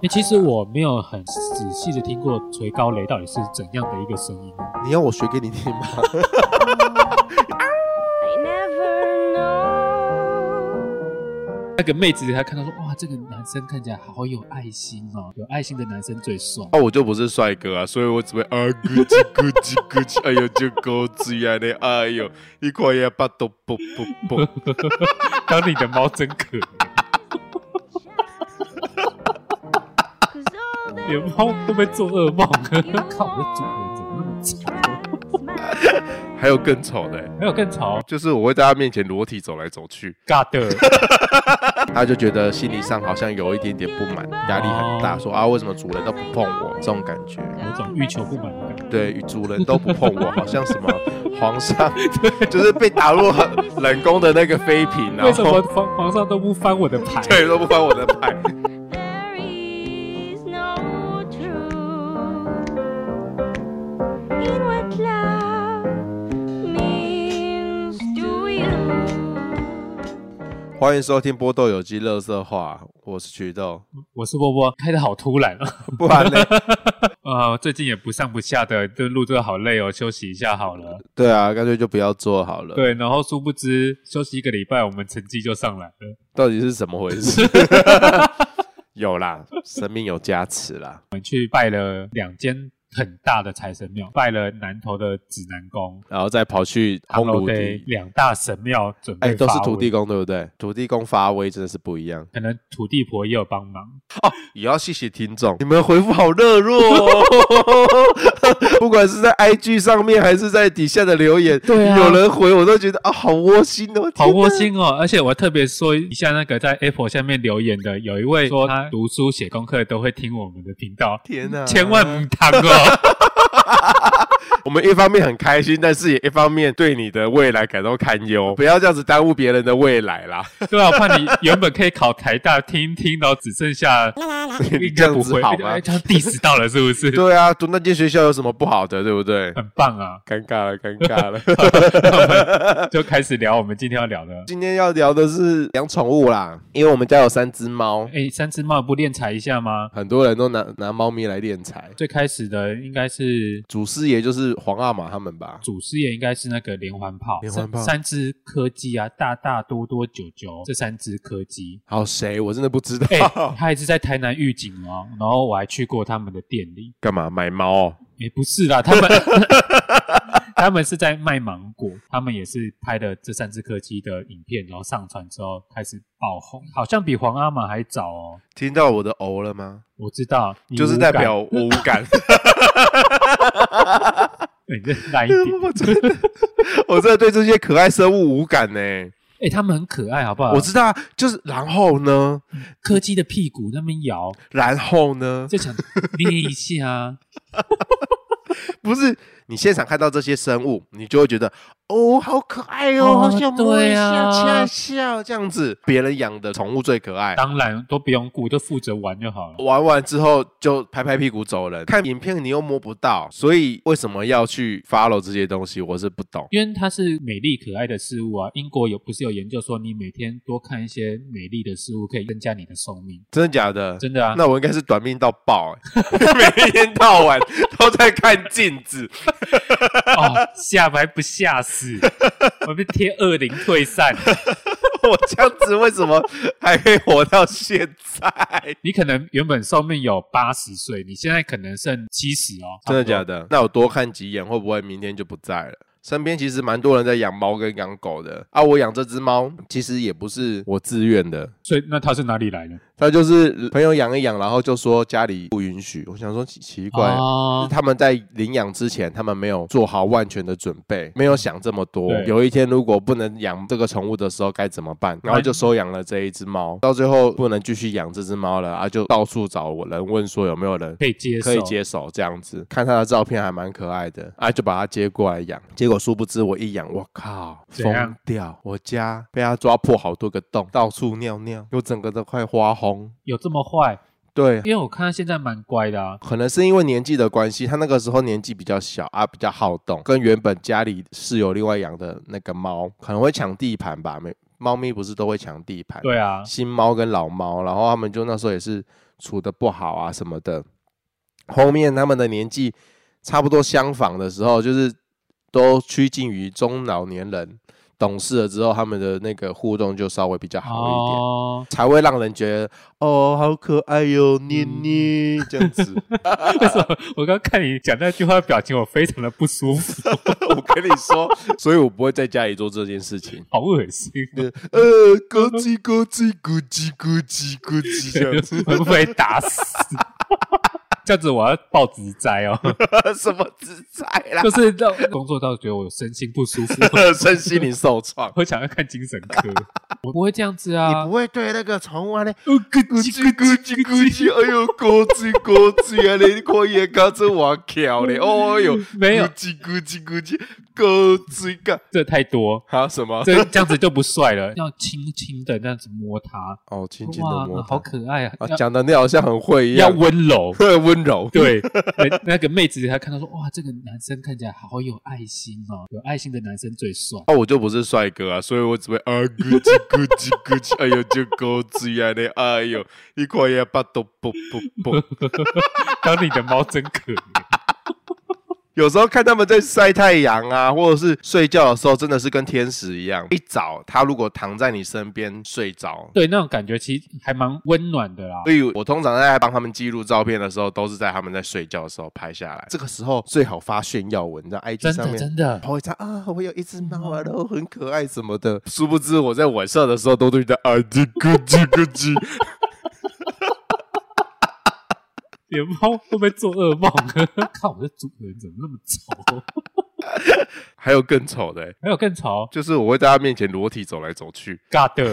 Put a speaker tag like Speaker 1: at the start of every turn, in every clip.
Speaker 1: 因为其实我没有很仔细的听过锤高雷到底是怎样的一个声音。
Speaker 2: 你要我学给你听吗？
Speaker 3: I never know.
Speaker 1: 那个妹子她看到说，哇，这个男生看起来好有爱心哦，有爱心的男生最帅。
Speaker 4: 啊，我就不是帅哥啊，所以我只会啊咕 叽咕叽咕叽，哎呦就狗嘴啊你，哎呦一块也巴都啵啵啵，
Speaker 1: 当你的猫真可爱，
Speaker 3: Cause all that
Speaker 1: 连猫都被做噩梦
Speaker 3: you。
Speaker 1: 靠，我的主人怎么那么丑？
Speaker 4: 还有更丑的欸、
Speaker 1: 还有更吵
Speaker 4: 就是我会在他面前裸体走来走去，
Speaker 1: ，God，
Speaker 2: 他就觉得心理上好像有一点点不满，压力很大，说啊为什么主人都不碰我这种感觉。
Speaker 1: 有种欲求不满的感觉。
Speaker 2: 对，主人都不碰我，好像什么皇 上就是被打入冷宫的那个妃嫔，
Speaker 1: 为
Speaker 2: 然
Speaker 1: 什么
Speaker 2: 后
Speaker 1: 皇皇上都不翻我的牌？
Speaker 2: 对都不翻我的牌。
Speaker 3: There is no truth in what love means to you.
Speaker 2: 欢迎收听波豆有机乐色话，我是 瞿豆，
Speaker 1: 我是波波，开的好突然啊！
Speaker 2: 不然呢？
Speaker 1: 呃，最近也不上不下的，这录这个好累哦，休息一下好了。
Speaker 2: 对啊，干脆就不要做好了。，
Speaker 1: 对，然后殊不知休息一个礼拜，我们成绩就上来了。
Speaker 2: 到底是怎么回事？ 有啦，生命有加持啦。
Speaker 1: 我们去拜了两间很大的财神庙，拜了南投的指南宫、
Speaker 2: 然后再跑去烘炉
Speaker 1: 对
Speaker 2: 地，
Speaker 1: 两大神庙，准备
Speaker 2: 哎，都是
Speaker 1: 发
Speaker 2: 土地
Speaker 1: 威，
Speaker 2: 公对不对？土地公发威真的是不一样。
Speaker 1: 可能土地婆也有帮忙。
Speaker 2: 也要谢谢听众，你们回复好热络哦， 不管是在 IG 上面还是在底下的留言，
Speaker 1: 对啊
Speaker 2: 有人回我都觉得啊，好窝心哦，
Speaker 1: 好
Speaker 2: 天哪
Speaker 1: 窝。心哦！而且我特别说一下，那个在 Apple 下面留言的，有一位说他读书写功课都会听我们的频道，
Speaker 2: 天哪、
Speaker 1: 千万不糖哦！
Speaker 2: 我们一方面很开心，但是也一方面对你的未来感到堪忧，不要这样子耽误别人的未来啦。
Speaker 1: 对啊，我怕你原本可以考台大，听一听到只剩下
Speaker 2: 你
Speaker 1: 应 该
Speaker 2: 这样
Speaker 1: 不
Speaker 2: 子
Speaker 1: 会，
Speaker 2: 好吗
Speaker 1: 哎？这样 diss 到了是不是？
Speaker 2: 对啊，读那间学校有什么不好的，对 不对？
Speaker 1: 很棒啊！
Speaker 2: 尴尬了，尴尬了。
Speaker 1: 就开始聊我们今天要聊的。
Speaker 2: 今天要聊的是养宠物啦，因为我们家有三只猫，
Speaker 1: 哎，三只猫不练财一下吗？
Speaker 2: 很多人都拿拿猫咪来敛财。
Speaker 1: 最开始的应该是
Speaker 2: 祖师爷就是皇阿玛他们吧？
Speaker 1: 祖师爷，应该是那个连环炮，
Speaker 2: 连环炮
Speaker 1: 三三只柯基啊，大大多多九九这三只柯基，
Speaker 2: 好谁？我真的不知道。
Speaker 1: 哎、他也是在台南预警哦，然后我还去过他们的店里，
Speaker 2: 干嘛买猫、哦？
Speaker 1: 也、不是啦， 他们他们是在卖芒果，他们也是拍的这三只柯基的影片，然后上传之后开始爆红，好像比皇阿玛还早哦。
Speaker 2: 听到我的哦了吗？
Speaker 1: 我知道，你
Speaker 4: 就是
Speaker 1: 无
Speaker 4: 代
Speaker 1: 感
Speaker 4: 表我无感。
Speaker 1: 哎你再来一点。
Speaker 2: 我真的，我真的对这些可爱生物无感呢、
Speaker 1: 哎、他们很可爱，好不好？
Speaker 2: 我知道啊，就是然后呢，
Speaker 1: 柯基的屁股那边摇，
Speaker 2: 然后呢，
Speaker 1: 就想捏一下 啊。
Speaker 2: 不是你现场看到这些生物，你就会觉得哦，好可爱哦，
Speaker 1: 哦
Speaker 2: 好想摸一
Speaker 1: 对
Speaker 2: 下、
Speaker 1: 啊
Speaker 2: 掐一下这样子。别人养的宠物最可爱，
Speaker 1: 当然都不用顾，就负责玩就好了。
Speaker 2: 玩完之后就拍拍屁股走人。看影片你又摸不到，所以为什么要去 follow 这些东西，我是不懂。
Speaker 1: 因为它是美丽可爱的事物啊。英国有不是有研究说，你每天多看一些美丽的事物，可以增加你的寿命。
Speaker 2: 真的假的？
Speaker 1: 真 的啊，
Speaker 2: 那我应该是短命到爆、欸， 每一天到晚都在看镜子。
Speaker 1: 哦，吓还不吓死，我被贴二零退散。
Speaker 2: 我这样子为什么还可以活到现在？
Speaker 1: 你可能原本寿命有八十岁，你现在可能剩七十哦。
Speaker 2: 真的
Speaker 1: 差
Speaker 2: 假
Speaker 1: 不多？
Speaker 2: 的？那我多看几眼，会不会明天就不在了？身边其实蛮多人在养猫跟养狗的啊。我养这只猫其实也不是我自愿的，
Speaker 1: 所以那它是哪里来的？
Speaker 2: 它就是朋友养一养，然后就说家里不允许。我想说奇奇怪，
Speaker 1: 哦，
Speaker 2: 他们在领养之前，他们没有做好万全的准备，没有想这么多。
Speaker 1: 对
Speaker 2: 有一天如果不能养这个宠物的时候该怎么办？然后就收养了这一只猫，到最后不能继续养这只猫了啊，就到处找我人问说有没有人
Speaker 1: 可以接受，
Speaker 2: 可以接手这样子。看它的照片还蛮可爱的，啊，就把它接过来养。结果殊不知我一养，我靠，
Speaker 1: 怎样
Speaker 2: 疯掉！我家被它抓破好多个洞，到处尿尿，我整个都快花红。
Speaker 1: 有这么坏？
Speaker 2: 对，
Speaker 1: 因为我看它现在蛮乖的啊。
Speaker 2: 可能是因为年纪的关系，它那个时候年纪比较小啊，比较好动，跟原本家里室友另外养的那个猫可能会抢地盘吧。没，猫咪不是都会抢地盘？，
Speaker 1: 对啊，
Speaker 2: 新猫跟老猫，然后他们就那时候也是处的不好啊什么的。后面他们的年纪差不多相仿的时候，就是都趋近于中老年人，懂事了之后，他们的那个互动就稍微比较好一点。
Speaker 1: 哦，
Speaker 2: 才会让人觉得哦，好可爱哟、捏捏、这样子。
Speaker 1: 为什么 我刚看你讲那句话的表情，我非常的不舒服，
Speaker 2: 我跟你说，所以我不会在家里做这件 事情。
Speaker 1: 好恶心哦，
Speaker 2: 呃，咯叽咯叽咕叽咕叽咕叽这样子，
Speaker 1: 会不会打死？ 这样子我要报纸摘哦，
Speaker 2: 什么自在啦
Speaker 1: 就？是让工作到觉得我身心不舒服，
Speaker 2: 身心灵受创。
Speaker 1: 我想要看精神科，我不会这样子
Speaker 2: 你
Speaker 1: 啊
Speaker 2: 不，会对那个宠物啊嘞，
Speaker 1: 哦咕
Speaker 2: 咕
Speaker 1: 叽
Speaker 2: 叽咕叽咕叽，哎呦，咯叽咯叽啊嘞，你看也搞这玩巧嘞，哦呦，
Speaker 1: 没有
Speaker 2: 咕叽咕叽咕叽，咯叽个，
Speaker 1: 这太多，
Speaker 2: 还有什么？
Speaker 1: 这这样子就不帅 了，要轻轻的那样子摸它，
Speaker 2: 哦，轻轻
Speaker 1: 哇
Speaker 2: 的，摸它，
Speaker 1: 好可爱啊，
Speaker 2: 啊，
Speaker 1: 要
Speaker 2: 讲的你好像很会一
Speaker 1: 要
Speaker 2: 样，，
Speaker 1: 温柔
Speaker 2: 对温柔，
Speaker 1: 对，那那个妹子她看到说，哇，这个男生看起来好有爱心哦，有爱心的男生最帅。
Speaker 4: 啊，我就不是帅哥啊，所以我只会啊
Speaker 2: 呃
Speaker 4: 咕叽咕叽咕叽，哎呦，就狗子
Speaker 2: 啊
Speaker 4: 呀嘞，哎呦，你看也巴肚啵啵啵，
Speaker 1: 当你的猫真可怜，
Speaker 2: 有时候看他们在晒太阳啊，或者是睡觉的时候，真的是跟天使一样。一早，他如果躺在你身边睡着，
Speaker 1: 对，那种感觉其实还蛮温暖的啦
Speaker 2: 所。以我通常在帮他们记录照片的时候，都是在他们在睡觉的时候拍下来。这个时候最好发炫耀文，在 IG
Speaker 1: 真
Speaker 2: 上
Speaker 1: 的
Speaker 2: 面。
Speaker 1: 真的，
Speaker 2: 跑一张啊！我有一只猫啊，然后很可爱什么的。殊不知我在晚上的时候都对着啊叽咕叽咕叽，
Speaker 1: 你的猫会不会做噩 梦？看我的主人怎么那么丑？
Speaker 2: 还有更丑的欸、
Speaker 1: 还有更丑
Speaker 2: 就是我会在他面前裸体走来走去。
Speaker 1: ，God！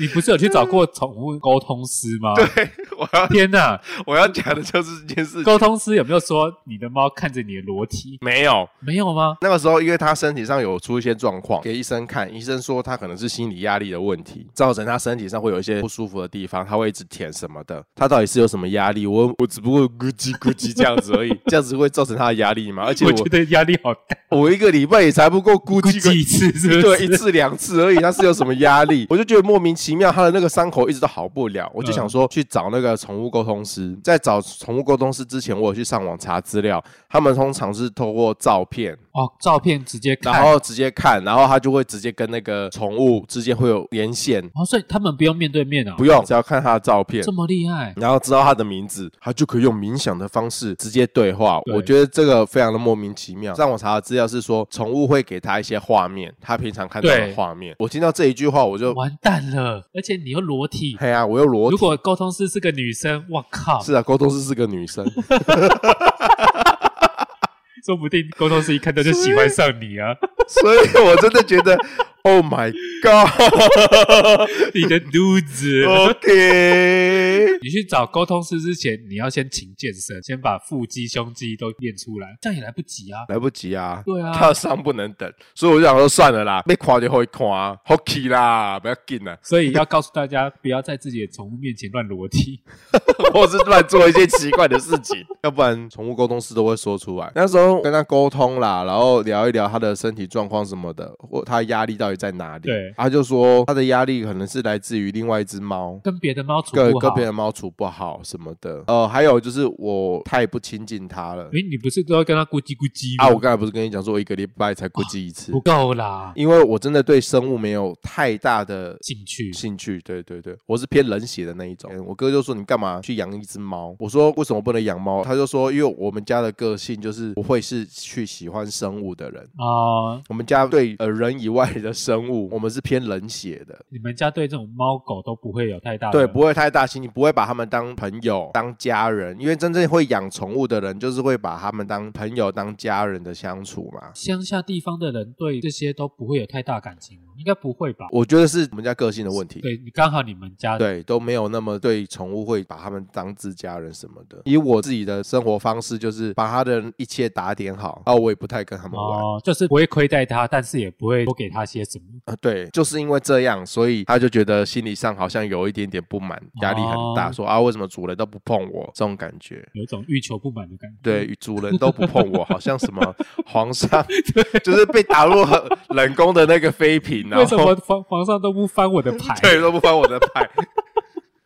Speaker 1: 你不是有去找过宠物沟通师吗？
Speaker 2: 对，我要
Speaker 1: 天哪，
Speaker 2: 我要讲的就是这件事情。
Speaker 1: 沟通师有没有说你的猫看着你的裸体？
Speaker 2: 没有，
Speaker 1: 没有吗？
Speaker 2: 那个时候，因为他身体上有出一些状况，给医生看，医生说他可能是心理压力的问题，造成他身体上会有一些不舒服的地方，他会一直舔什么的。他到底是有什么压力？我我只不过咕叽咕叽这样子 而已，这样子会造成他的压力吗？而且
Speaker 1: 我觉
Speaker 2: 我
Speaker 1: 得压力好大，
Speaker 2: 我一个礼拜也才不过咕
Speaker 1: 估
Speaker 2: 叽个
Speaker 1: 计一次是不是？
Speaker 2: 对，一次两次而已，他是有什么压 力？我就觉得莫名其妙，他的那个伤口一直都好不了。我就想
Speaker 1: 嗯
Speaker 2: 说去找那个宠物沟通师。在找宠物沟通师之前，我有去上网查资料，他们通常是透过照片，
Speaker 1: 哦，照片直接看，
Speaker 2: 然后直接看，然后他就会直接跟那个宠物之间会有连线，
Speaker 1: 哦，所以他们不用面对面啊、
Speaker 2: 不用，只要看他的照片
Speaker 1: 这。么厉害，
Speaker 2: 然后知道他的名字，他就可以用冥想的方式直接对话。
Speaker 1: 对
Speaker 2: 我觉得这个非常的莫名其妙。上网查的资料是说，宠物会给他一些画面，他平常看到的
Speaker 1: 对
Speaker 2: 画面。我听到这一句话，我就
Speaker 1: 完蛋了！而且你又裸体，
Speaker 2: 嘿啊，我又裸体
Speaker 1: 如。果沟通师是个女生，我靠，
Speaker 2: 是啊，沟通师是个女生，
Speaker 1: 说不定沟通师一看到就喜欢上你啊！
Speaker 2: 所以我真的觉得 ，Oh my
Speaker 1: 你的肚子。
Speaker 2: 哦 God，OK，
Speaker 1: 你去找沟通师之前，你要先勤健身，先把腹肌、胸肌都练出来，这样也来不及啊。
Speaker 2: 来不及啊，
Speaker 1: 对啊
Speaker 2: 他伤不能等，所以我就想说算了啦，被夸就会夸，好气啦，不要紧 啦，
Speaker 1: 所以要告诉大家，不要在自己的宠物面前乱裸 体。
Speaker 2: 或是乱做一些奇怪的事情，要不然宠物沟通师都会说出来。那时候跟他沟通啦，然后聊一聊他的身体状况什么的，或他压力到底在哪里。
Speaker 1: 对
Speaker 2: 他就说他的压力可能是来自于另外一只猫，
Speaker 1: 跟别的猫处
Speaker 2: 跟
Speaker 1: 不
Speaker 2: 跟
Speaker 1: 好
Speaker 2: 别，的猫处不好什么的。呃，还有就是我太不亲近它了
Speaker 1: 诶，你不是都要跟它咕叽咕叽
Speaker 2: 啊！我
Speaker 1: 吗？
Speaker 2: 刚才不是跟你讲说，我一个礼拜才估计一
Speaker 1: 啊
Speaker 2: 次
Speaker 1: 不，够啦，
Speaker 2: 因为我真的对生物没有太大的
Speaker 1: 进去
Speaker 2: 兴趣。对对对，我是偏冷血的那一种。嗯我哥就说你干嘛去养一只猫？我说为什么不能养猫？他就说因为我们家的个性就是不会是去喜欢生物的人。
Speaker 1: 啊、
Speaker 2: 我们家对呃人以外的生物，我们是偏冷血的，
Speaker 1: 你们家对这种猫狗都不会有太大的
Speaker 2: 对，不会太大心，你不会把他们当朋友、当家人，因为真正会养宠物的人，就是会把他们当朋友、当家人的相处嘛。
Speaker 1: 乡下地方的人对这些都不会有太大感情吗，应该不会吧？
Speaker 2: 我觉得是我们家个性的问题，
Speaker 1: 对你刚好你们家
Speaker 2: 对，都没有那么对宠物会把他们当自家人什么的。以我自己的生活方式，就是把他的一切打点好，然后我也不太跟他们玩。
Speaker 1: 哦，就是不会亏待他，但是也不会多给他些什么，
Speaker 2: 啊，对，就是因为这样，所以他就觉得心理上好像有一点点不满，压力很大，
Speaker 1: 哦
Speaker 2: 说啊，为什么主人都不碰我这种感觉。
Speaker 1: 有一种欲求不满的感觉。
Speaker 2: 对，主人都不碰我，好像 什么皇上，就是被打入冷宫的那个妃嫔，然
Speaker 1: 为什么
Speaker 2: 后
Speaker 1: 皇皇上都不翻我的牌？
Speaker 2: 对都不翻我的牌，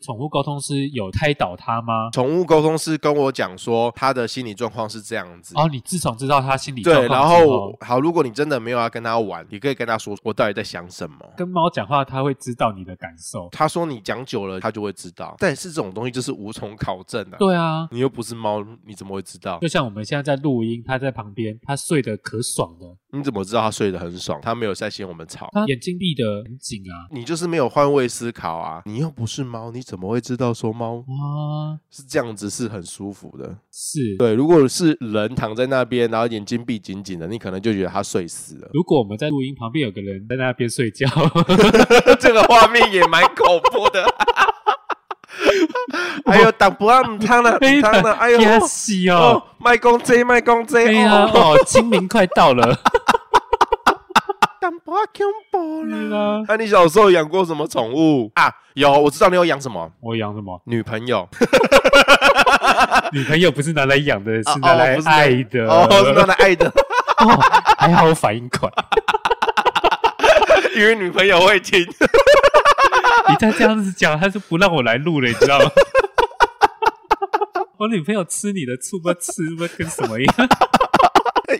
Speaker 1: 宠物沟通师有开导他吗？
Speaker 2: 宠物沟通师跟我讲说，他的心理状况是这样子。
Speaker 1: 哦，你自从知道他心理
Speaker 2: 对，
Speaker 1: 状况
Speaker 2: 然
Speaker 1: 之
Speaker 2: 后好，如果你真的没有要跟他玩，你可以跟他说我到底在想什么。
Speaker 1: 跟猫讲话，它会知道你的感受。
Speaker 2: 他说你讲久了，他就会知道。但是这种东西就是无从考证的、
Speaker 1: 对啊，
Speaker 2: 你又不是猫，你怎么会知道
Speaker 1: 就？像我们现在在录音，它在旁边，它睡得可爽了，
Speaker 2: 你怎么知道他睡得很爽？他没有在嫌我们吵。
Speaker 1: 它眼睛闭得很紧啊。
Speaker 2: 你就是没有换位思考啊！你又不是猫，你怎么会知道说猫
Speaker 1: 啊，
Speaker 2: 是这样子是很舒服的？
Speaker 1: 是。。
Speaker 2: 对，如果是人躺在那边，然后眼睛闭紧紧的，你可能就觉得他睡死了
Speaker 1: 如果我们在录音旁边有个人在那边睡 觉，
Speaker 2: 这个画面也蛮恐怖 的。哎呦，打不按汤了，
Speaker 1: 非
Speaker 2: 汤了！哎呦，
Speaker 1: 天喜哦
Speaker 2: 哦，，卖公仔，卖公仔，
Speaker 1: 哎呀，
Speaker 2: 哦，
Speaker 1: 哦，清明快到了，
Speaker 2: 打不按恐怖
Speaker 1: 对
Speaker 2: 啦。
Speaker 1: 啦
Speaker 2: 啊那、你小时候养过什么宠物啊？有，我知道你有养什么
Speaker 1: 我养什么？
Speaker 2: 女朋友。
Speaker 1: 女朋友不是拿来养的，
Speaker 2: 哦
Speaker 1: 啊是拿来
Speaker 2: 不是拿
Speaker 1: 爱的。
Speaker 2: 哦， 那那爱的，
Speaker 1: 哦还好我反应快。
Speaker 2: 因为女朋友会听。
Speaker 1: 你再这样子讲，他就不让我来录了，你知道吗？ 我女朋友吃你的醋不吃不跟什么一样？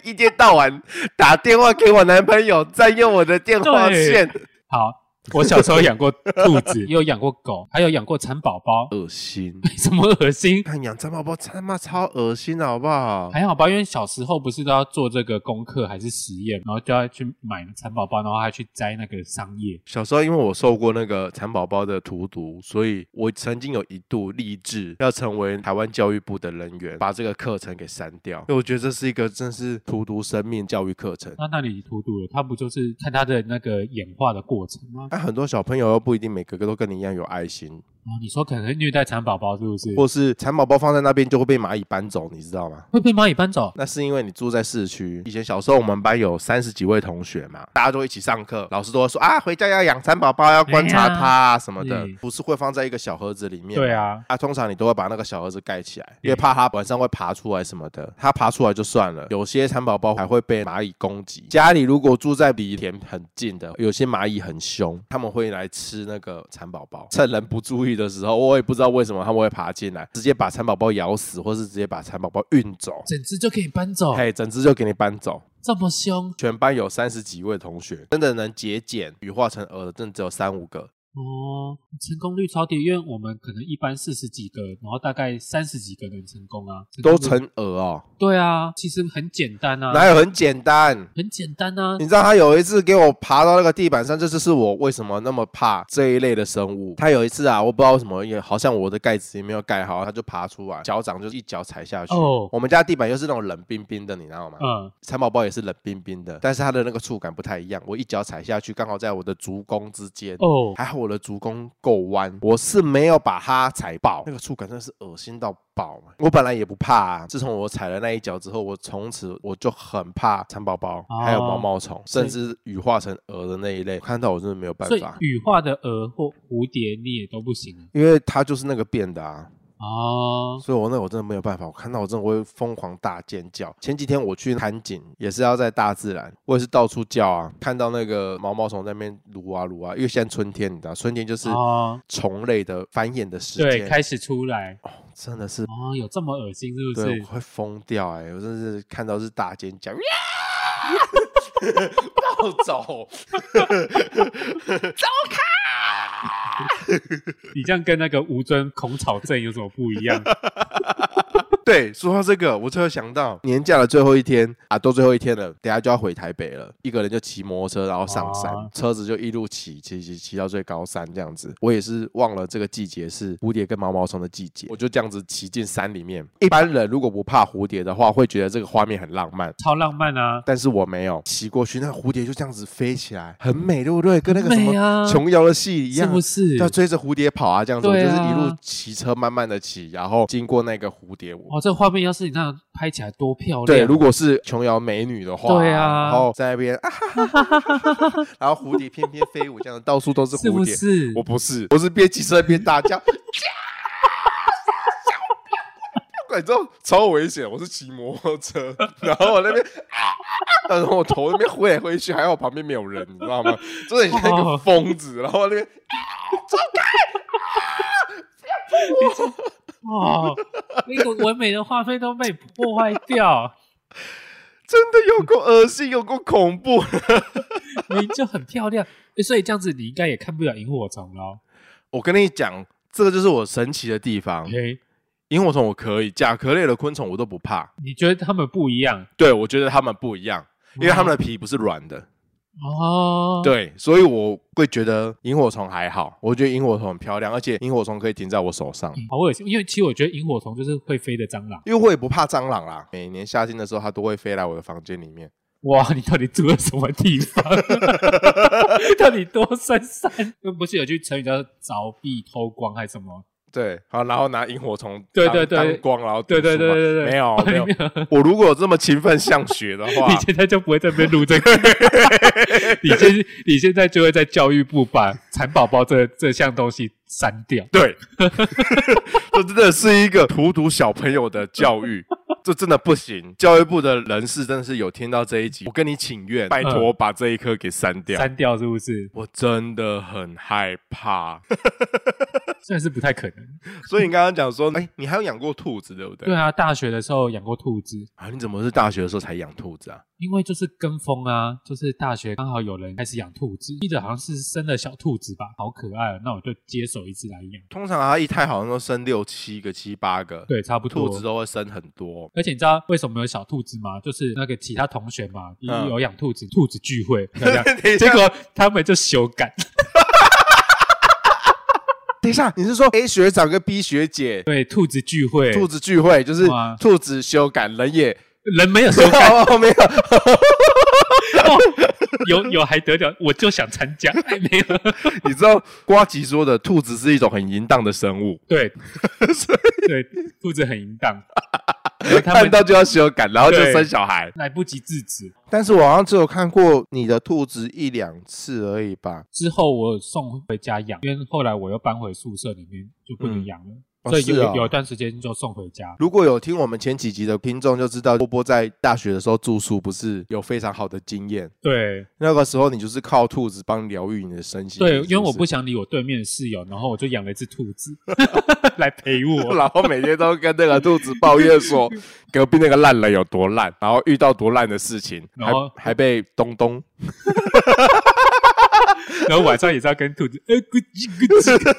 Speaker 2: 一天到晚打电话给我男朋友，占用我的电话线，
Speaker 1: 好，我小时候养过兔子，也有养过狗，还有养过蚕宝宝，
Speaker 2: 恶心。
Speaker 1: 什么恶心？
Speaker 2: 看养蚕宝宝他妈超恶心的，好不好？
Speaker 1: 还好吧，因为小时候不是都要做这个功课还是实验，然后就要去买蚕宝宝，然后还去摘那个桑叶。
Speaker 2: 小时候因为我受过那个蚕宝宝的荼毒，所以我曾经有一度立志要成为台湾教育部的人员，把这个课程给删掉，因为我觉得这是一个真是荼毒生命教育课程。
Speaker 1: 那那里荼毒了，它不就是看它的那个演化的过程吗？
Speaker 2: 但很多小朋友又不一定每个都跟你一样有爱心，
Speaker 1: 哦，你说可能会虐待蚕宝宝是不是？
Speaker 2: 或是蚕宝宝放在那边就会被蚂蚁搬走，你知道吗？
Speaker 1: 会被蚂蚁搬走？
Speaker 2: 那是因为你住在市区。以前小时候我们班有三十几位同学嘛，大家都一起上课，老师都会说啊，回家要养蚕宝宝，要观察它啊什么的
Speaker 1: 嗯，
Speaker 2: 不是会放在一个小盒子里面。
Speaker 1: 对。啊，
Speaker 2: 啊，通常你都会把那个小盒子盖起来，因为怕它晚上会爬出来什么的。它爬出来就算了，有些蚕宝宝还会被蚂蚁攻击。家里如果住在离田很近的，有些蚂蚁很凶，他们会来吃那个蚕宝宝。趁人不注意的时候，我也不知道为什么他们会爬进来，直接把蚕宝宝咬死，或是直接把蚕宝宝运走。
Speaker 1: 整只就可以搬走，
Speaker 2: 嘿，整只就给你搬走。
Speaker 1: 这么凶？
Speaker 2: 全班有三十几位同学，真的能节俭羽化成蛾的，真的只有三五个。
Speaker 1: 哦，成功率超低，因为我们可能一般四十几个，然后大概三十几个人成功啊，功率
Speaker 2: 都成蛾哦，
Speaker 1: 对啊，其实很简单啊，
Speaker 2: 哪有很简单？
Speaker 1: 很简单啊
Speaker 2: 你，知道他有一次给我爬到那个地板上，这就是我为什么那么怕这一类的生物。他有一次啊，我不知道为什么，也好像我的盖子也没有盖好，他就爬出来，脚掌就一脚踩下去。
Speaker 1: 哦
Speaker 2: 我们家地板又是那种冷冰冰的，你知道吗？
Speaker 1: 嗯，
Speaker 2: 蚕宝宝也是冷冰冰的，但是它的那个触感不太一样。我一脚踩下去，刚好在我的足弓之间。
Speaker 1: 哦，
Speaker 2: 还好我的足弓够弯，我是没有把它踩爆，那个触感真的是恶心到爆。我本来也不怕、啊，自从我踩了那一脚之后，我从此我就很怕蚕宝宝，
Speaker 1: 哦
Speaker 2: 还有毛毛虫，
Speaker 1: 所以
Speaker 2: 甚至羽化成蛾的那一类，看到我真的没有办
Speaker 1: 所以
Speaker 2: 法，
Speaker 1: 羽化的蛾或蝴蝶你也都不行啊
Speaker 2: 因为它就是那个变的啊，
Speaker 1: 哦，
Speaker 2: 所以我那我真的没有办法，我看到我真的会疯狂大尖叫。前几天我去看景，也是要在大自然，我也是到处叫啊，看到那个毛毛虫在那边撸啊撸啊，因为现在春天，你知道，春天就是
Speaker 1: 哦
Speaker 2: 虫类的繁衍的时
Speaker 1: 对，
Speaker 2: 间，
Speaker 1: 开始出来
Speaker 2: 真的是
Speaker 1: 哦，有这么恶心是不
Speaker 2: 对，
Speaker 1: 是
Speaker 2: 我？会疯掉哎、我真是看到是大尖 叫，呀暴走，
Speaker 1: 你这样跟那个吴尊恐草症有什么不一 样？
Speaker 2: 对，说到这个，我突然想到年假的最后一天啊，都最后一天了，等下就要回台北了。一个人就骑摩托车，然后上山，
Speaker 1: 哦
Speaker 2: 车子就一路骑，骑骑骑到最高山这样子。我也是忘了这个季节是蝴蝶跟毛毛虫的季节，我就这样子骑进山里面。一般人如果不怕蝴蝶的话，会觉得这个画面很浪漫。
Speaker 1: 超浪漫啊！
Speaker 2: 但是我没有骑过去，那蝴蝶就这样子飞起来，很美，对不对？跟那个什
Speaker 1: 美啊
Speaker 2: 么琼瑶的戏一
Speaker 1: 是
Speaker 2: 样，
Speaker 1: 不是？
Speaker 2: 要追着蝴蝶跑啊，这样子，我
Speaker 1: 对
Speaker 2: 就
Speaker 1: 啊
Speaker 2: 是一路骑车慢慢的骑，然后经过那个蝴蝶舞。
Speaker 1: 哦，这画面要是你那样拍起来多漂亮！
Speaker 2: 对，如果是琼瑶美女的话，
Speaker 1: 对啊
Speaker 2: 然后在那边啊哈哈哈哈哈，然后蝴蝶翩翩飞舞，这样到处都是
Speaker 1: 是
Speaker 2: 蝴
Speaker 1: 不
Speaker 2: 蝶。
Speaker 1: 是？
Speaker 2: 我不是，我是边骑车边大叫，你知道超危险，我是骑摩托车，然后我那边啊，然后我头那边挥来挥去，还好旁边没有人，你知道吗？真的很像一个疯子，然后那边啊，走开，啊
Speaker 1: 哦，那个完美的画面都被破坏掉，
Speaker 2: 真的有够恶心，有够恐怖。
Speaker 1: 你就很漂亮。诶所以这样子你应该也看不了萤火虫了。
Speaker 2: 我跟你讲，这个就是我神奇的地方。
Speaker 1: OK，
Speaker 2: 萤火虫我可以，甲壳类的昆虫我都不怕。
Speaker 1: 你觉得他们不一样
Speaker 2: 对，我觉得它们不一样，因为它们的皮不是软的。
Speaker 1: 嗯哦？，
Speaker 2: 对，所以我会觉得萤火虫还好。我觉得萤火虫很漂亮，而且萤火虫可以停在我手上，
Speaker 1: 好恶心。因为其啊实我觉得萤火虫就是会飞的蟑螂。
Speaker 2: 因为我也不怕蟑螂啦。每年夏天的时候，它都会飞来我的房间里面。
Speaker 1: 哇，你到底住了什么地方？ 到底多深山？呃不是有句成语叫“凿壁偷光”还是什么？
Speaker 2: 对，好，然后拿萤火虫
Speaker 1: 对
Speaker 2: 当
Speaker 1: 对对
Speaker 2: 当光，然后
Speaker 1: 对
Speaker 2: 读
Speaker 1: 对
Speaker 2: 书
Speaker 1: 对
Speaker 2: 嘛
Speaker 1: 对对，，
Speaker 2: 没有没有
Speaker 1: 有。
Speaker 2: 我如果有这么勤奋向学的话
Speaker 1: 你，现在就不会在那边录这 个，你现你现在就会在教育部把蚕宝宝这这项东西删掉。
Speaker 2: 对，这真的是一个荼毒小朋友的教育，这真的不行。教育部的人士真的是有听到这一集，我跟你请愿，拜托把这一颗给嗯删掉。
Speaker 1: 删掉是不是？
Speaker 2: 我真的很害怕，
Speaker 1: 虽然是不太可能。
Speaker 2: 所以你刚刚讲说，哎、你还有养过兔子对不对？
Speaker 1: 对啊，大学的时候养过兔子，
Speaker 2: 啊，你怎么是大学的时候才养兔子啊？
Speaker 1: 因为就是跟风啊，就是大学刚好有人开始养兔子，记得好像是生了小兔子吧，好可爱、哦，那我就接手一只来养。
Speaker 2: 通常它一胎好像都生六七个、七八个，，
Speaker 1: 对，差不多。
Speaker 2: 兔子哦都会生很多。
Speaker 1: 而且你知道为什么有小兔子吗？就是那个其他同学嘛，
Speaker 2: 嗯
Speaker 1: 有养兔子，兔子聚 会，那样
Speaker 2: 等一下
Speaker 1: 结果他们就修改。
Speaker 2: 等一下，你是说 A 学长跟 B 学姐
Speaker 1: 对，兔子聚会，
Speaker 2: 兔子聚会，就是
Speaker 1: 哇
Speaker 2: 兔子修改人也
Speaker 1: 人没有修改，
Speaker 2: 哦没有，
Speaker 1: 有有还得了？我就想参 加，哎，没有。
Speaker 2: 你知道瓜吉说的，兔子是一种很淫荡的生物，
Speaker 1: 对， 对，兔子很淫荡，然后他
Speaker 2: 看
Speaker 1: 们
Speaker 2: 到就要修改，然后就
Speaker 1: 对
Speaker 2: 生小孩。
Speaker 1: 来不及制止。
Speaker 2: 但是我好像只有看过你的兔子一两次而已吧？
Speaker 1: 之后我送回家养，因为后来我又搬回宿舍里面，就不能
Speaker 2: 嗯
Speaker 1: 养了。
Speaker 2: 哦
Speaker 1: 所以有、
Speaker 2: 是哦
Speaker 1: 有一段时间就送回家，
Speaker 2: 如果有听我们前几集的听众就知道，波波在大学的时候住宿不是有非常好的经验，
Speaker 1: 对
Speaker 2: 那个时候你就是靠兔子帮疗愈你的身心。
Speaker 1: 对
Speaker 2: 是，是
Speaker 1: 因为我不想理我对面的室友，然后我就养了一只兔 子来陪我。
Speaker 2: 然后每天都跟那个兔子抱怨 说隔壁那个烂人有多烂，然后遇到多烂的事情，
Speaker 1: 然后
Speaker 2: 还还被东东
Speaker 1: 然后晚上也是要跟兔子呃咕叽 咕叽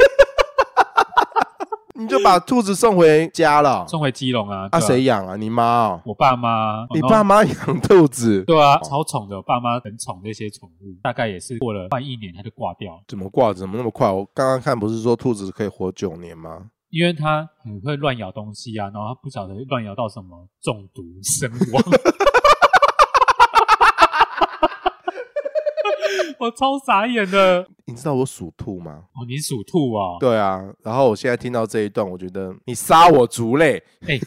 Speaker 2: 你就把兔子送回家了。
Speaker 1: 送回基隆啊。
Speaker 2: 啊，
Speaker 1: 对
Speaker 2: 谁养啊？你妈哦。
Speaker 1: 我爸妈，
Speaker 2: 你
Speaker 1: 然后
Speaker 2: 爸妈哦养兔子，
Speaker 1: 对啊，超宠的，我爸妈很宠那些宠物，大概也是过了快一年，它就挂掉了，
Speaker 2: 怎么挂？怎么那么快？我刚刚看不是说兔子可以活九年吗？
Speaker 1: 因为它很会乱咬东西啊，然后它不晓得乱咬到什么中毒身 亡。我超傻眼的
Speaker 2: 你知道我属兔吗？
Speaker 1: 哦！你属兔啊、
Speaker 2: 对啊，然后我现在听到这一段，我觉得你杀我族类，
Speaker 1: 哎、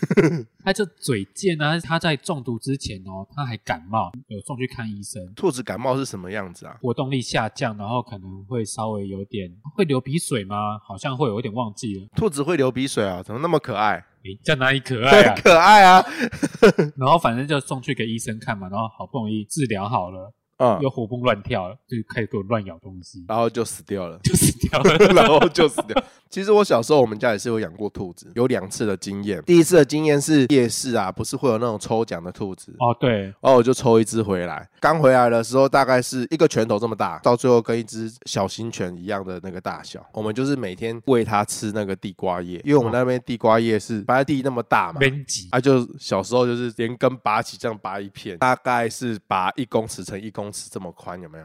Speaker 1: 它就嘴贱啊！它在中毒之前哦，它还感冒，有送去看医生，
Speaker 2: 兔子感冒是什么样子啊？
Speaker 1: 活动力下降，然后可能会稍微有点会流鼻水吗？好像会，有点忘记了。
Speaker 2: 兔子会流鼻水啊？怎么那么可爱？
Speaker 1: 诶、在哪里可爱啊？
Speaker 2: 可爱啊！
Speaker 1: 然后反正就送去给医生看嘛，然后好不容易治疗好了，
Speaker 2: 嗯，
Speaker 1: 又活蹦乱跳了，就开始给我乱咬东西， ，
Speaker 2: 然后就死掉了
Speaker 1: 就死掉了。
Speaker 2: 然后就死掉。其实我小时候，我们家也是有养过兔子，有两次的经验。第一次的经验是夜市啊，不是会有那种抽奖的兔子
Speaker 1: 哦，对，
Speaker 2: 然后我就抽一只回来。刚回来的时候，大概是一个拳头这么大，到最后跟一只小型犬一样的那个大小。我们就是每天喂它吃那个地瓜叶，因为我们那边地瓜叶是本来地那么大嘛。
Speaker 1: 编辑
Speaker 2: 啊，就小时候就是连根拔起，这样拔一片，大概是拔一公尺乘一公尺这么宽，有没有？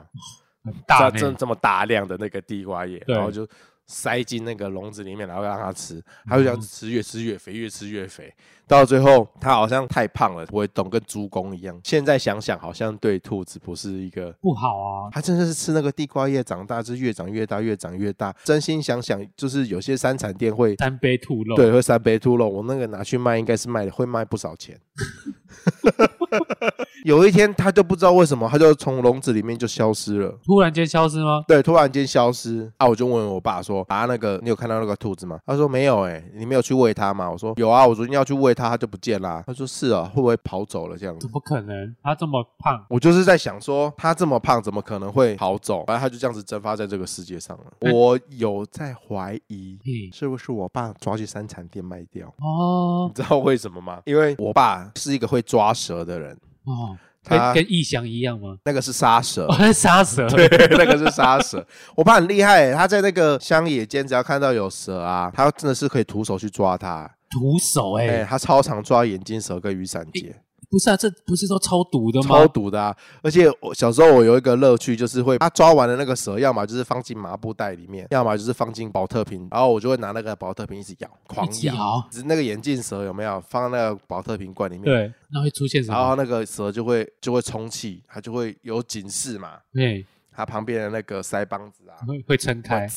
Speaker 1: 很大
Speaker 2: 这这
Speaker 1: 呢，
Speaker 2: 这么大量的那个地瓜叶，
Speaker 1: 对
Speaker 2: 然后就塞进那个笼子里面，然后让它吃，它就这样子吃越吃越肥，越吃越肥，到最后它好像太胖了，不会动，跟猪公一样。现在想想，好像对兔子不是一个。
Speaker 1: 不好啊。
Speaker 2: 它真的是吃那个地瓜叶长大，就是越长越大，越长越大。真心想想，就是有些山产店会
Speaker 1: 三杯兔肉，
Speaker 2: 对会三杯兔肉，我那个拿去卖，应该是卖会卖不少钱。 有一天，它就不知道为什么，它就从笼子里面就消失了。
Speaker 1: 突然间消失吗？
Speaker 2: 对，突然间消失啊！我就问我爸说：“说啊，那个你有看到那个兔子吗？他说没有哎、你没有去喂它吗？我说有啊，我昨天要去喂它，它就不见啦。他说是啊，会不会跑走了这样子
Speaker 1: 怎？么可能？他这么胖，
Speaker 2: 我就是在想说，它这么胖，怎么可能会跑走？反正它就这样子蒸发在这个世界上了。我有在怀疑，
Speaker 1: 嘿，
Speaker 2: 是不是我爸抓去三产店卖掉？
Speaker 1: 哦
Speaker 2: 你知道为什么吗？因为我爸是一个会抓蛇的人，
Speaker 1: 哦，
Speaker 2: 他
Speaker 1: 跟跟异翔一样吗？
Speaker 2: 那个是杀蛇
Speaker 1: 哦，。那杀蛇，
Speaker 2: 对， 那个是杀蛇。我爸很厉害欸，他在那个乡野间，只要看到有蛇啊，他真的是可以徒手去抓它。
Speaker 1: 毒手哎、
Speaker 2: 哎、他超常抓眼镜蛇跟雨伞节，
Speaker 1: 不是啊，这不是都超毒的吗？
Speaker 2: 超毒的啊！而且我小时候我有一个乐趣，就是会他抓完的那个蛇，要么就是放进麻布袋里面，要么就是放进保特瓶，然后我就会拿那个保特瓶一直咬，狂
Speaker 1: 一直
Speaker 2: 咬
Speaker 1: 咬。
Speaker 2: 只是那个眼镜蛇有没有放在那个保特瓶罐里面？。
Speaker 1: 对，那会出现什
Speaker 2: 然后
Speaker 1: 么？
Speaker 2: 那个蛇就会就会充气，它就会有警示嘛，
Speaker 1: 对，
Speaker 2: 它旁边的那个腮帮子啊，
Speaker 1: 会会撑开。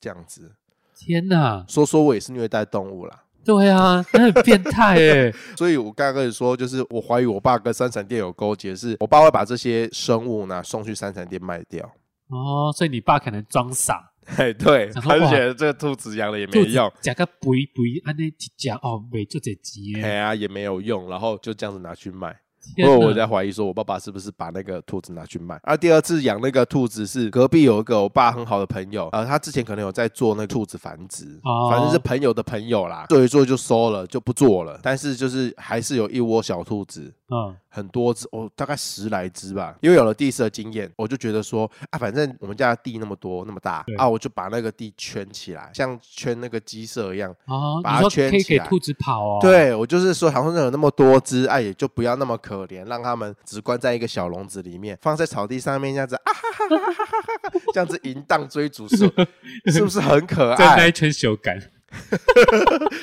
Speaker 2: 这样子。
Speaker 1: 天哪，
Speaker 2: 说说我也是虐待动物啦，
Speaker 1: 对啊，那很变态哎、
Speaker 2: 所以我刚刚跟你说，就是我怀疑我爸跟三产店有勾结，是我爸会把这些生物呢送去三产店卖掉。
Speaker 1: 哦，所以你爸可能装傻，
Speaker 2: 嘿，对，
Speaker 1: 想说
Speaker 2: 他就
Speaker 1: 哇
Speaker 2: 觉得这个兔子养了也没
Speaker 1: 肚子
Speaker 2: 用，
Speaker 1: 夹个肥肥，安尼夹哦，没就这集
Speaker 2: 哎
Speaker 1: 耶。
Speaker 2: 呀、也没有用，然后就这样子拿去卖。因
Speaker 1: 天
Speaker 2: 为我
Speaker 1: 哪
Speaker 2: 在怀疑说，我爸爸是不是把那个兔子拿去卖？而第二次养那个兔子是隔壁有一个我爸很好的朋友，呃，他之前可能有在做那个兔子繁殖，
Speaker 1: 哦
Speaker 2: 反正是朋友的朋友啦，做一做就收了，就不做了。但是就是还是有一窝小兔子，
Speaker 1: 嗯，
Speaker 2: 很多只哦，大概十来只吧。因为有了第一次的经验，我就觉得说啊，反正我们家的地那么多那么大
Speaker 1: 对
Speaker 2: 啊，我就把那个地圈起来，像圈那个鸡舍一样。
Speaker 1: 哦，
Speaker 2: 把它
Speaker 1: 你说
Speaker 2: 圈
Speaker 1: 可以
Speaker 2: 起
Speaker 1: 给
Speaker 2: 来
Speaker 1: 兔子跑哦？，
Speaker 2: 对我就是说，好像有那么多只，哎、也就不要那么可怜，让它们只关在一个小笼子里面，放在草地上面这样子啊哈哈哈哈哈哈，这样子淫荡追逐术，是不是很可
Speaker 1: 在那
Speaker 2: 爱
Speaker 1: 一？圈修改。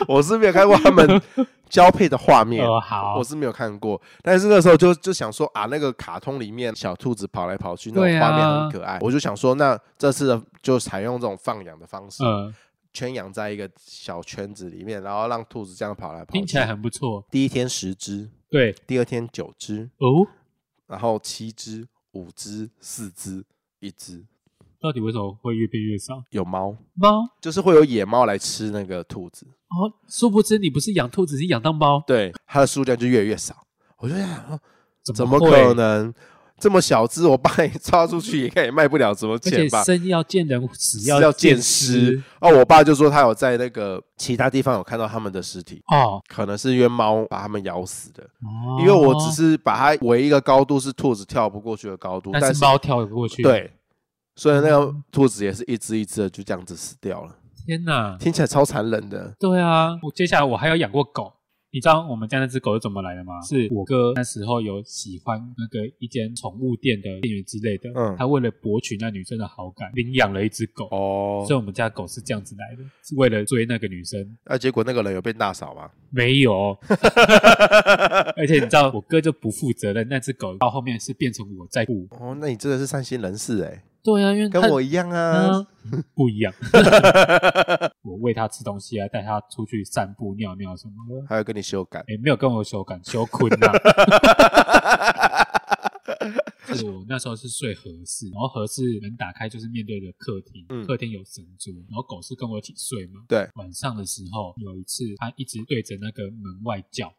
Speaker 2: 我是没有看过他们交配的画 面。
Speaker 1: 哦，好
Speaker 2: 我，是没有看过，但是那时候就就想说啊，那个卡通里面小兔子跑来跑去那
Speaker 1: 对
Speaker 2: 种
Speaker 1: 啊
Speaker 2: 画面很可爱，我就想说，那这次的就采用这种放养的方式，
Speaker 1: 嗯，
Speaker 2: 圈养在一个小圈子里面，然后让兔子这样跑来跑去。
Speaker 1: 听起来很不错。
Speaker 2: 第一天十只，
Speaker 1: 对，
Speaker 2: 第二天九只，
Speaker 1: 哦，
Speaker 2: 然后七只、五只、四只、一只，
Speaker 1: 到底为什么会越变越少？
Speaker 2: 有猫，
Speaker 1: 猫
Speaker 2: 就是会有野猫来吃那个兔子，
Speaker 1: 哦，殊不知你不是养兔子，是养到猫，
Speaker 2: 对，它的数量就越来越少。我就想说，怎么
Speaker 1: 会
Speaker 2: 可？能？这么小只，我把 你抓出去，应该也卖不了什么
Speaker 1: 而且
Speaker 2: 钱吧？
Speaker 1: 生要见人，死
Speaker 2: 要
Speaker 1: 见
Speaker 2: 见尸。哦，我爸就说他有在那个其他地方有看到他们的尸体，
Speaker 1: 哦。
Speaker 2: 可能是因为猫把他们咬死的。
Speaker 1: 哦
Speaker 2: 因为我只，是把它围一个高度是兔子跳不过去的高度，但
Speaker 1: 但是猫跳过去，，嗯
Speaker 2: 对，所以那个兔子也是一只一只的就这样子死掉了，
Speaker 1: 天哪，
Speaker 2: 听起来超残忍的。
Speaker 1: 对啊，我接下来我还有养过狗。你知道我们家那只狗是怎么来的吗？是我哥那时候有喜欢那个一间宠物店的店员之类的，
Speaker 2: 嗯
Speaker 1: 他为了博取那女生的好感，领养了一只狗，
Speaker 2: 哦
Speaker 1: 所以，我们家狗是这样子来的，是为了追那个女生。
Speaker 2: 那啊结果那个人有变大嫂吗？
Speaker 1: 没有，哦 而且你知道我哥就不负责任，那只狗到后面是变成我在顾。
Speaker 2: 哦，那你真的是善心人士哎，
Speaker 1: 对啊，因为
Speaker 2: 跟
Speaker 1: 他
Speaker 2: 我一样啊。
Speaker 1: 啊， 不一样。我喂它吃东西啊，带它出去散步、尿尿什么的，
Speaker 2: 还有跟你修改，
Speaker 1: 也没有跟我修改修困呐。是我那时候是睡合适，然后合适门打开就是面对着客厅，
Speaker 2: 嗯
Speaker 1: 客厅有神桌，然后狗是跟我一起睡嘛。
Speaker 2: 对，
Speaker 1: 晚上的时候有一次，它一直对着那个门外叫，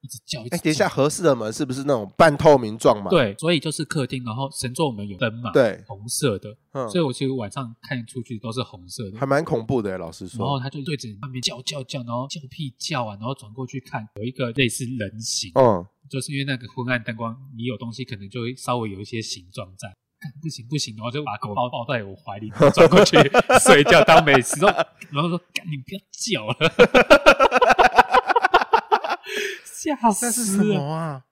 Speaker 1: 一直叫，一直
Speaker 2: 哎，等一下，
Speaker 1: 叫，
Speaker 2: 合适的门是不是那种半透明状嘛？，
Speaker 1: 对，所以就是客厅，然后神桌我们有灯嘛，，
Speaker 2: 对，
Speaker 1: 红色的，
Speaker 2: 嗯
Speaker 1: 所以我其实晚上看出去都是红色的
Speaker 2: 还。蛮恐怖的欸，老实
Speaker 1: 然后
Speaker 2: 说。
Speaker 1: 他就对着那边叫叫叫，然后叫屁叫啊，然后转过去看，有一个类似人形，
Speaker 2: 嗯，
Speaker 1: 就是因为那个昏暗灯光，你有东西可能就会稍微有一些形状在。干不行不行，然后就把狗抱抱在我怀里，转过去睡觉当没事，然后然后说：“干你不要叫了。”吓
Speaker 2: 那是
Speaker 1: 死
Speaker 2: 什
Speaker 1: 了！
Speaker 2: 么啊？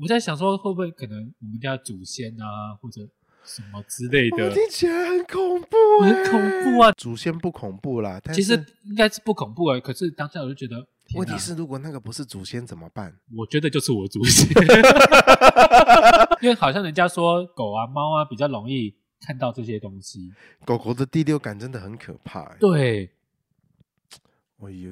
Speaker 1: 我在想说，会不会可能我们家祖先啊，或者什么之类
Speaker 2: 我
Speaker 1: 的，
Speaker 2: 听起来很恐怖，欸
Speaker 1: 很恐怖啊！
Speaker 2: 祖先不恐怖啦，但
Speaker 1: 其实嗯
Speaker 2: 是
Speaker 1: 应该是不恐怖啊，可是当下我就觉得，天
Speaker 2: 问题
Speaker 1: 哪
Speaker 2: 是，如果那个不是祖先怎么办？
Speaker 1: 我觉得就是我祖先， 因为好像人家说狗啊、猫啊比较容易看到这些东西。
Speaker 2: 狗狗的第六感真的很可怕欸。
Speaker 1: 对，
Speaker 2: 哎呦，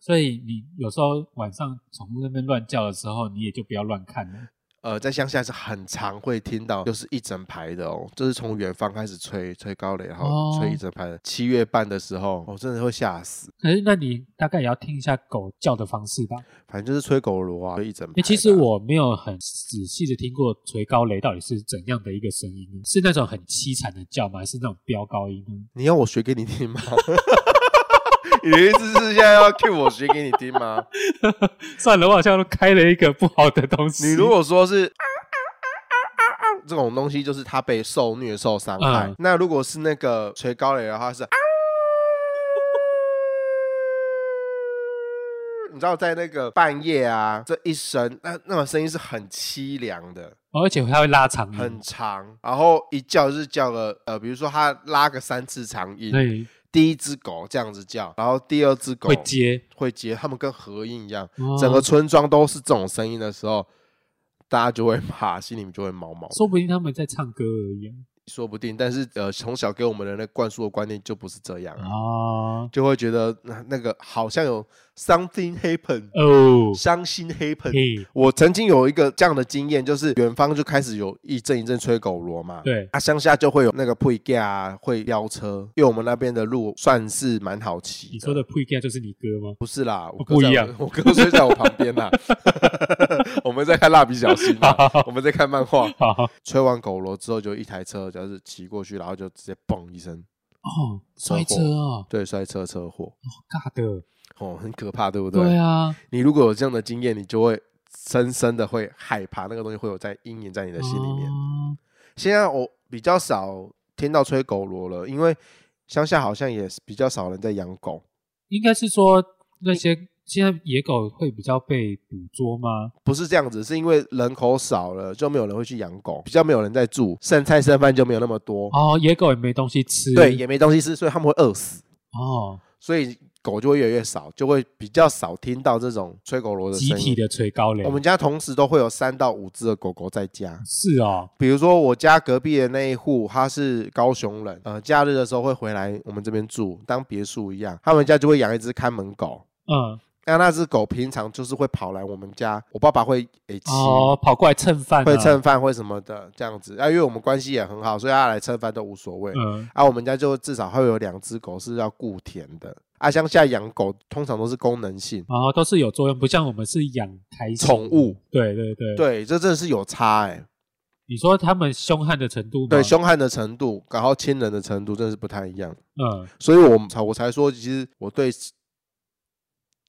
Speaker 1: 所以你有时候晚上宠物在那边乱叫的时候，你也就不要乱看了。
Speaker 2: 呃，在乡下是很常会听到，就是一整排的哦，就是从远方开始吹吹高雷，然后吹
Speaker 1: 哦
Speaker 2: 一整排的。七月半的时候，我、真的会吓死。
Speaker 1: 可是那你大概也要听一下狗叫的方式吧。
Speaker 2: 反正就是吹狗螺啊，就一整排
Speaker 1: 欸
Speaker 2: 的啊。
Speaker 1: 其实我没有很仔细的听过垂高雷到底是怎样的一个声音呢？是那种很凄惨的叫吗？还是那种飙高音呢？
Speaker 2: 你要我学给你听吗？ 你的意思是现在要 cue 我学给你听吗？
Speaker 1: 算了，我好像开了一个不好的东西。
Speaker 2: 你如果说是这种东西，就是他被受虐、受伤害。
Speaker 1: 嗯
Speaker 2: 那如果是那个锤高雷的话是， 你知道在那个半夜啊，这一声那那种声音是很凄凉的，
Speaker 1: 哦而且它会拉长
Speaker 2: 很
Speaker 1: 音，
Speaker 2: 长，然后一叫就是叫个呃，比如说他拉个三次长音，
Speaker 1: 所以
Speaker 2: 第一只狗这样子叫，然后第二只狗
Speaker 1: 会接。
Speaker 2: 会接，他们跟合音一样，
Speaker 1: 哦
Speaker 2: 整个村庄都是这种声音的时候，大家就会怕，心里面就会毛毛的，
Speaker 1: 说不定他们在唱歌而已啊
Speaker 2: 说不定。但是呃，从小给我们人类灌输的观念就不是这样
Speaker 1: 啊。
Speaker 2: 啊，
Speaker 1: 哦
Speaker 2: 就会觉得那那个好像有 something happen，、
Speaker 1: 哦，
Speaker 2: 伤心 happen。
Speaker 1: 嘿，
Speaker 2: 我曾经有一个这样的经验，就是远方就开始有一阵一阵吹狗螺嘛，
Speaker 1: 对，
Speaker 2: 啊，乡下就会有那个配架、啊、会飙车，因为我们那边的路算是蛮好骑
Speaker 1: 你说的 pre g a 就是你哥吗？
Speaker 2: 不是啦，我
Speaker 1: 哦
Speaker 2: 哥
Speaker 1: 不
Speaker 2: 在
Speaker 1: 一
Speaker 2: 我
Speaker 1: 样
Speaker 2: 我 哥睡在我旁边啦。 我们在看蜡笔小新啊，我们在看漫画。
Speaker 1: 好
Speaker 2: 吹完狗螺之后，就一台车就是骑过去，然后就直接嘣一声，
Speaker 1: 哦，摔
Speaker 2: 车
Speaker 1: 车
Speaker 2: 祸
Speaker 1: 哦，
Speaker 2: 对，摔车车祸，
Speaker 1: 尬的，
Speaker 2: 哦，很可怕，对不对？
Speaker 1: 对啊，
Speaker 2: 你如果有这样的经验，你就会深深的会害怕那个东西会有在阴影在你的心里面。
Speaker 1: 哦
Speaker 2: 现在我比较少听到吹狗螺了，因为乡下好像也是比较少人在养狗。
Speaker 1: 应该是说那些现在野狗会比较被捕捉吗？
Speaker 2: 不是这样子，是因为人口少了，就没有人会去养狗，比较没有人在住，剩菜剩饭就没有那么多，
Speaker 1: 哦，野狗也没东西吃，
Speaker 2: 对，也没东西吃，所以他们会饿死，
Speaker 1: 哦，
Speaker 2: 所以狗就会越来越少，就会比较少听到这种吹狗螺的
Speaker 1: 集
Speaker 2: 声
Speaker 1: 体
Speaker 2: 音。
Speaker 1: 的垂高雷，
Speaker 2: 我们家同时都会有三到五只的狗狗在家，
Speaker 1: 是哦，
Speaker 2: 比如说我家隔壁的那一户，他是高雄人，呃，假日的时候会回来我们这边住，当别墅一样，他们家就会养一只看门狗。
Speaker 1: 嗯，
Speaker 2: 那那只狗平常就是会跑来我们家，我爸爸会诶骑
Speaker 1: 哦，跑过来蹭饭、啊，
Speaker 2: 会蹭，饭会什么的这样子啊，因为我们关系也很好，所以他来蹭饭都无所谓。
Speaker 1: 嗯，
Speaker 2: 啊，我们家就至少会有两只狗是要顾田的。啊，乡下养狗通常都是功能性
Speaker 1: 哦，都是有作用，不像我们是养开心
Speaker 2: 宠，物，
Speaker 1: 对对对，
Speaker 2: 对，这真的是有差哎、
Speaker 1: 你说他们凶悍的程度吗？
Speaker 2: 对，凶悍的程度，然后亲人的程度，真的是不太一样。
Speaker 1: 嗯，
Speaker 2: 所以我们才我才说，其实我对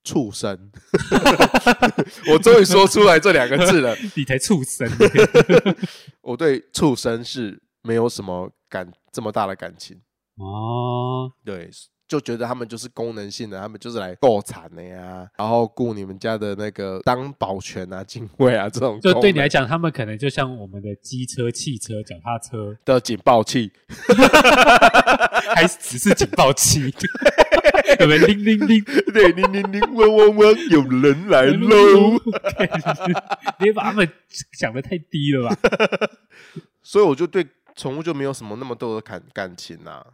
Speaker 2: 畜生， 我终于说出来这两个字了，
Speaker 1: 你才畜生，
Speaker 2: 我对畜生是没有什么感这么大的感情。
Speaker 1: 哦，
Speaker 2: 对，就觉得他们就是功能性的，他们就是来购产的呀，然后雇你们家的那个当保全啊、警卫啊这种功能，
Speaker 1: 就对你来讲，他们可能就像我们的机车、汽车、脚踏车，
Speaker 2: 的警报器，
Speaker 1: 还只是警报器，有没有铃铃铃？
Speaker 2: 对，铃铃铃，嗡嗡嗡，有人来喽。
Speaker 1: 你也把他们想的太低了吧？
Speaker 2: 所以我就对宠物就没有什么那么多的感感情啊。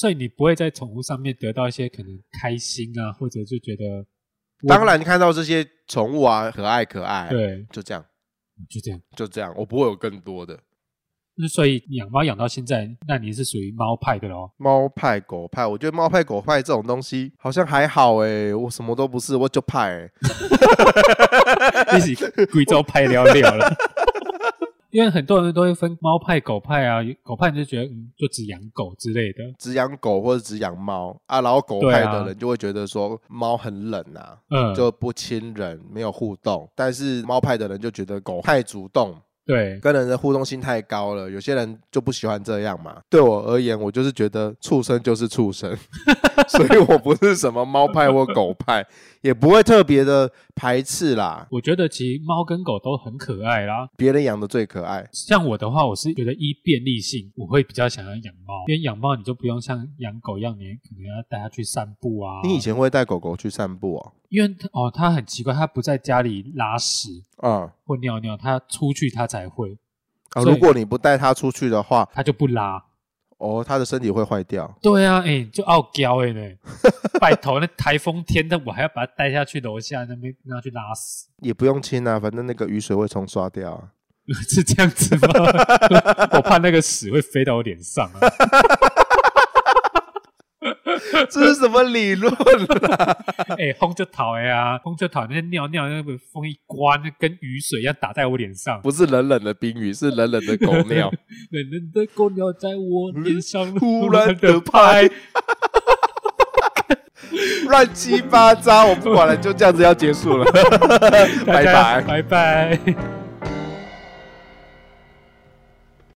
Speaker 1: 所以你不会在宠物上面得到一些可能开心啊，或者就觉得
Speaker 2: 当然，看到这些宠物啊，可爱可爱，，
Speaker 1: 对，
Speaker 2: 就这样，
Speaker 1: 就这样。
Speaker 2: 就这样，我不会有更多的
Speaker 1: 那所以养猫养到现在，那你是属于猫派的喽？
Speaker 2: 猫派、狗派。我觉得猫派、狗派这种东西好像还好诶、我什么都不是，我就派、欸。
Speaker 1: 一起贵州派聊聊了。 因为很多人都会分猫派、狗派啊，狗派你就觉得嗯，就只养狗之类的，
Speaker 2: 只养狗或者只养猫啊，然后狗
Speaker 1: 对
Speaker 2: 派
Speaker 1: 啊
Speaker 2: 的人就会觉得说猫很冷啊，
Speaker 1: 嗯，
Speaker 2: 就不亲人，没有互动。但是猫派的人就觉得狗太主动，
Speaker 1: 对，
Speaker 2: 跟人的互动性太高了，有些人就不喜欢这样嘛。对我而言，我就是觉得畜生就是畜生， 所以我不是什么猫派或狗派，也不会特别的排斥啦。
Speaker 1: 我觉得其实猫跟狗都很可爱啦。
Speaker 2: 别人养的最可爱，
Speaker 1: 像我的话，我是觉得依便利性，我会比较想要养猫，因为养猫你就不用像养狗一样，你可能要带它去散步啊。
Speaker 2: 你以前会带狗狗去散步哦？
Speaker 1: 因为它哦，它很奇怪，它不在家里拉屎
Speaker 2: 嗯。
Speaker 1: 或尿尿，它出去它才会，
Speaker 2: 啊，
Speaker 1: 所以
Speaker 2: 如果你不带它出去的话，
Speaker 1: 它就不拉。
Speaker 2: 哦，它的身体会坏掉。
Speaker 1: 对啊，哎、就傲娇哎 呢，拜托，那台风天，那我还要把它带下去楼下那边让它去拉屎，
Speaker 2: 也不用清啊，反正那个雨水会冲刷掉啊。
Speaker 1: 是这样子吗？我怕那个屎会飞到我脸上啊！
Speaker 2: 这是什么理论啦、
Speaker 1: 哎、烘就讨哎啊，烘就讨那尿尿那个风一刮，那跟雨水一样打在我脸 上。
Speaker 2: 不是冷冷的冰雨，是冷冷的狗尿。
Speaker 1: 冷冷的狗尿在我脸上
Speaker 2: 忽然 的拍， 乱 七八糟，我不管了，就这样子要结束了，
Speaker 1: 大
Speaker 2: 拜
Speaker 1: 家拜
Speaker 2: 拜。
Speaker 1: 拜。